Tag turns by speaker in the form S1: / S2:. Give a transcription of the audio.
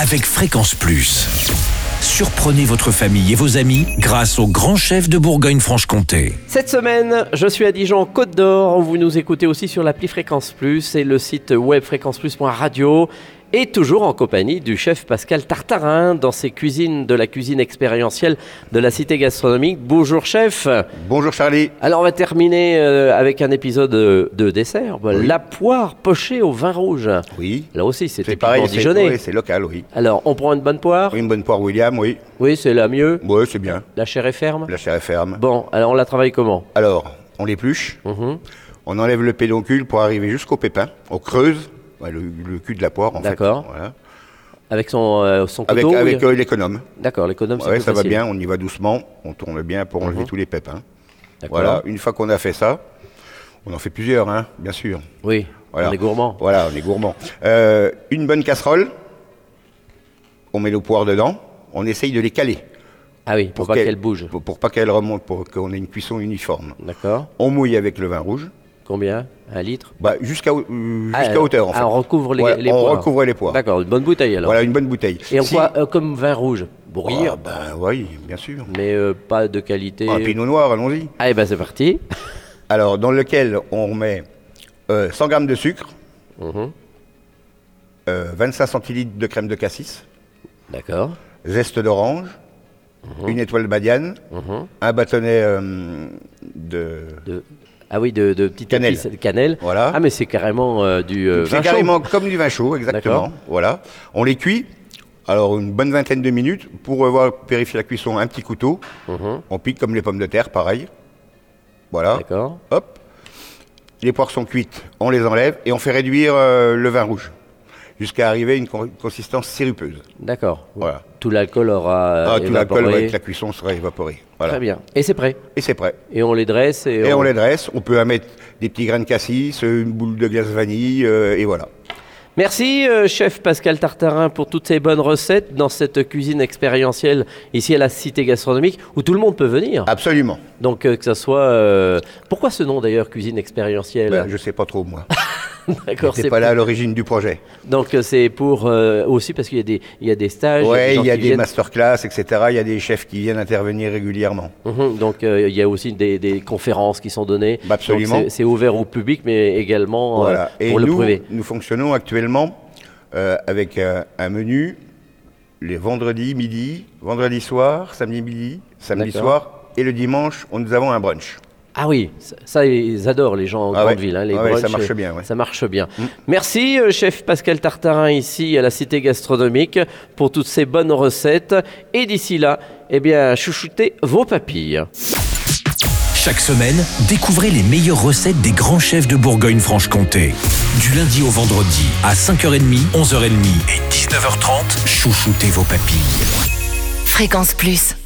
S1: avec Fréquence Plus. Surprenez votre famille et vos amis grâce au grand chef de Bourgogne-Franche-Comté.
S2: Cette semaine, je suis à Dijon, Côte d'Or. Vous nous écoutez aussi sur l'appli Fréquence Plus et le site web fréquenceplus.radio. Et toujours en compagnie du chef Pascal Tartarin dans ses cuisines de la cuisine expérientielle de la cité gastronomique. Bonjour chef.
S3: Bonjour Charlie.
S2: Alors on va terminer euh, avec un épisode euh, de dessert. Bah, La poire pochée au vin rouge.
S3: Oui.
S2: Là aussi, c'est
S3: C'est
S2: typiquement
S3: pareil, c'est
S2: dijonais.
S3: ouais, c'est local, oui.
S2: Alors on prend une bonne poire.
S3: Oui, Une bonne poire William, oui.
S2: Oui, c'est la mieux.
S3: Ouais, c'est bien.
S2: La chair est ferme.
S3: La chair est ferme.
S2: Bon, alors on la travaille comment
S3: Alors, on l'épluche,
S2: Mhm.
S3: on enlève le pédoncule pour arriver jusqu'au pépin, on creuse ouais, le, le cul de la poire, en fait.
S2: D'accord.
S3: Voilà.
S2: Avec son, euh, son
S3: Avec,
S2: couteau
S3: avec
S2: oui.
S3: euh, l'économe.
S2: D'accord, l'économe, c'est
S3: Ouais,
S2: plus
S3: ça va
S2: facile. Mhm.
S3: bien, on y va doucement, on tourne bien pour enlever tous les pépins.
S2: D'accord.
S3: Voilà, une fois qu'on a fait ça, on en fait plusieurs, hein, bien sûr.
S2: Oui,
S3: Voilà.
S2: on est gourmand.
S3: Voilà, on est gourmand. Euh, une bonne casserole, on met le poire dedans, on essaye de les caler.
S2: Ah oui, pour, pas qu'elle bouge.
S3: Pour, pour pas qu'elle remonte, pour qu'on ait une cuisson uniforme.
S2: D'accord.
S3: On mouille avec le vin rouge,
S2: Combien Un litre
S3: bah, jusqu'à hau- euh,
S2: Ah,
S3: jusqu'à
S2: euh,
S3: hauteur en
S2: ah,
S3: fait.
S2: on recouvre les,
S3: Ouais,
S2: les
S3: on
S2: poires.
S3: recouvre les poires.
S2: D'accord, une bonne bouteille alors.
S3: Voilà, une bonne bouteille.
S2: Et on
S3: Si-
S2: voit euh, comme vin rouge Bourguire,
S3: Ah, bah, oui, bien sûr.
S2: mais euh, pas de qualité.
S3: Un pinot noir, allons-y.
S2: Ah, et ben c'est parti.
S3: Alors, dans lequel on remet euh, 100 grammes de sucre,
S2: Mhm.
S3: euh, 25 centilitres de crème de cassis,
S2: D'accord.
S3: zeste d'orange,
S2: Mhm.
S3: une étoile badiane, un bâtonnet euh, de...
S2: De- Ah oui, de, de petites
S3: Cannelle.
S2: épices, de cannelle.
S3: Voilà.
S2: Ah, mais c'est carrément euh, du euh, vin
S3: C'est
S2: chaud.
S3: carrément comme du vin chaud,
S2: D'accord.
S3: exactement. Voilà. On les cuit, alors une bonne vingtaine de minutes, pour avoir vérifier la cuisson, un petit couteau. On pique comme les pommes de terre, pareil. Voilà.
S2: Mhm. D'accord.
S3: Hop. Les poires sont cuites, on les enlève et on fait réduire euh, le vin rouge jusqu'à arriver à une con- consistance sirupeuse.
S2: D'accord.
S3: Voilà.
S2: Tout l'alcool aura euh,
S3: Ah, tout l'alcool
S2: évaporé.
S3: avec la cuisson sera évaporé. Voilà.
S2: Très bien. Et c'est prêt.
S3: Et c'est prêt.
S2: Et on les dresse et,
S3: Et on les dresse, on peut mettre des petits grains de cassis, euh, une boule de glace vanille, euh, et voilà.
S2: Merci, euh, chef Pascal Tartarin, pour toutes ces bonnes recettes dans cette cuisine expérientielle ici à la Cité Gastronomique où tout le monde peut venir.
S3: Absolument.
S2: Donc, euh, que ça soit. euh, Pourquoi ce nom d'ailleurs, cuisine expérientielle
S3: Ben, je sais pas trop, moi.
S2: D'accord,
S3: C'est pas là à l'origine du projet.
S2: Donc, euh, c'est pour. euh, aussi parce qu'il y, a des- il y a des stages.
S3: Ouais,
S2: gens
S3: il y a
S2: qui
S3: des
S2: viennent.
S3: masterclass, etc. Il y a des chefs qui viennent intervenir régulièrement.
S2: Mhm, donc, euh, il y a aussi des, des conférences qui sont données.
S3: Bah, absolument.
S2: Donc, c'est- C'est ouvert au public, mais également euh,
S3: Voilà. Et
S2: pour le
S3: nous,
S2: privé.
S3: nous fonctionnons actuellement euh, avec euh, un menu les vendredis midi, vendredi soir, samedi midi, samedi
S2: D'accord.
S3: soir et le dimanche, on- nous avons un brunch.
S2: Ah oui, ça- ça ils adorent les gens en
S3: Ah
S2: grande
S3: ouais.
S2: ville. hein, les
S3: Ah ouais, ça
S2: brunchs,
S3: marche
S2: euh,
S3: bien, ouais. Mm.
S2: Ça marche bien. Merci euh, chef Pascal Tartarin ici à la Cité Gastronomique pour toutes ces bonnes recettes. Et d'ici là, eh bien, chouchoutez vos papilles.
S1: Chaque semaine, découvrez les meilleures recettes des grands chefs de Bourgogne-Franche-Comté. Du lundi au vendredi, à 5h30, 11h30 et 19h30, chouchoutez vos papilles.
S4: Fréquence Plus.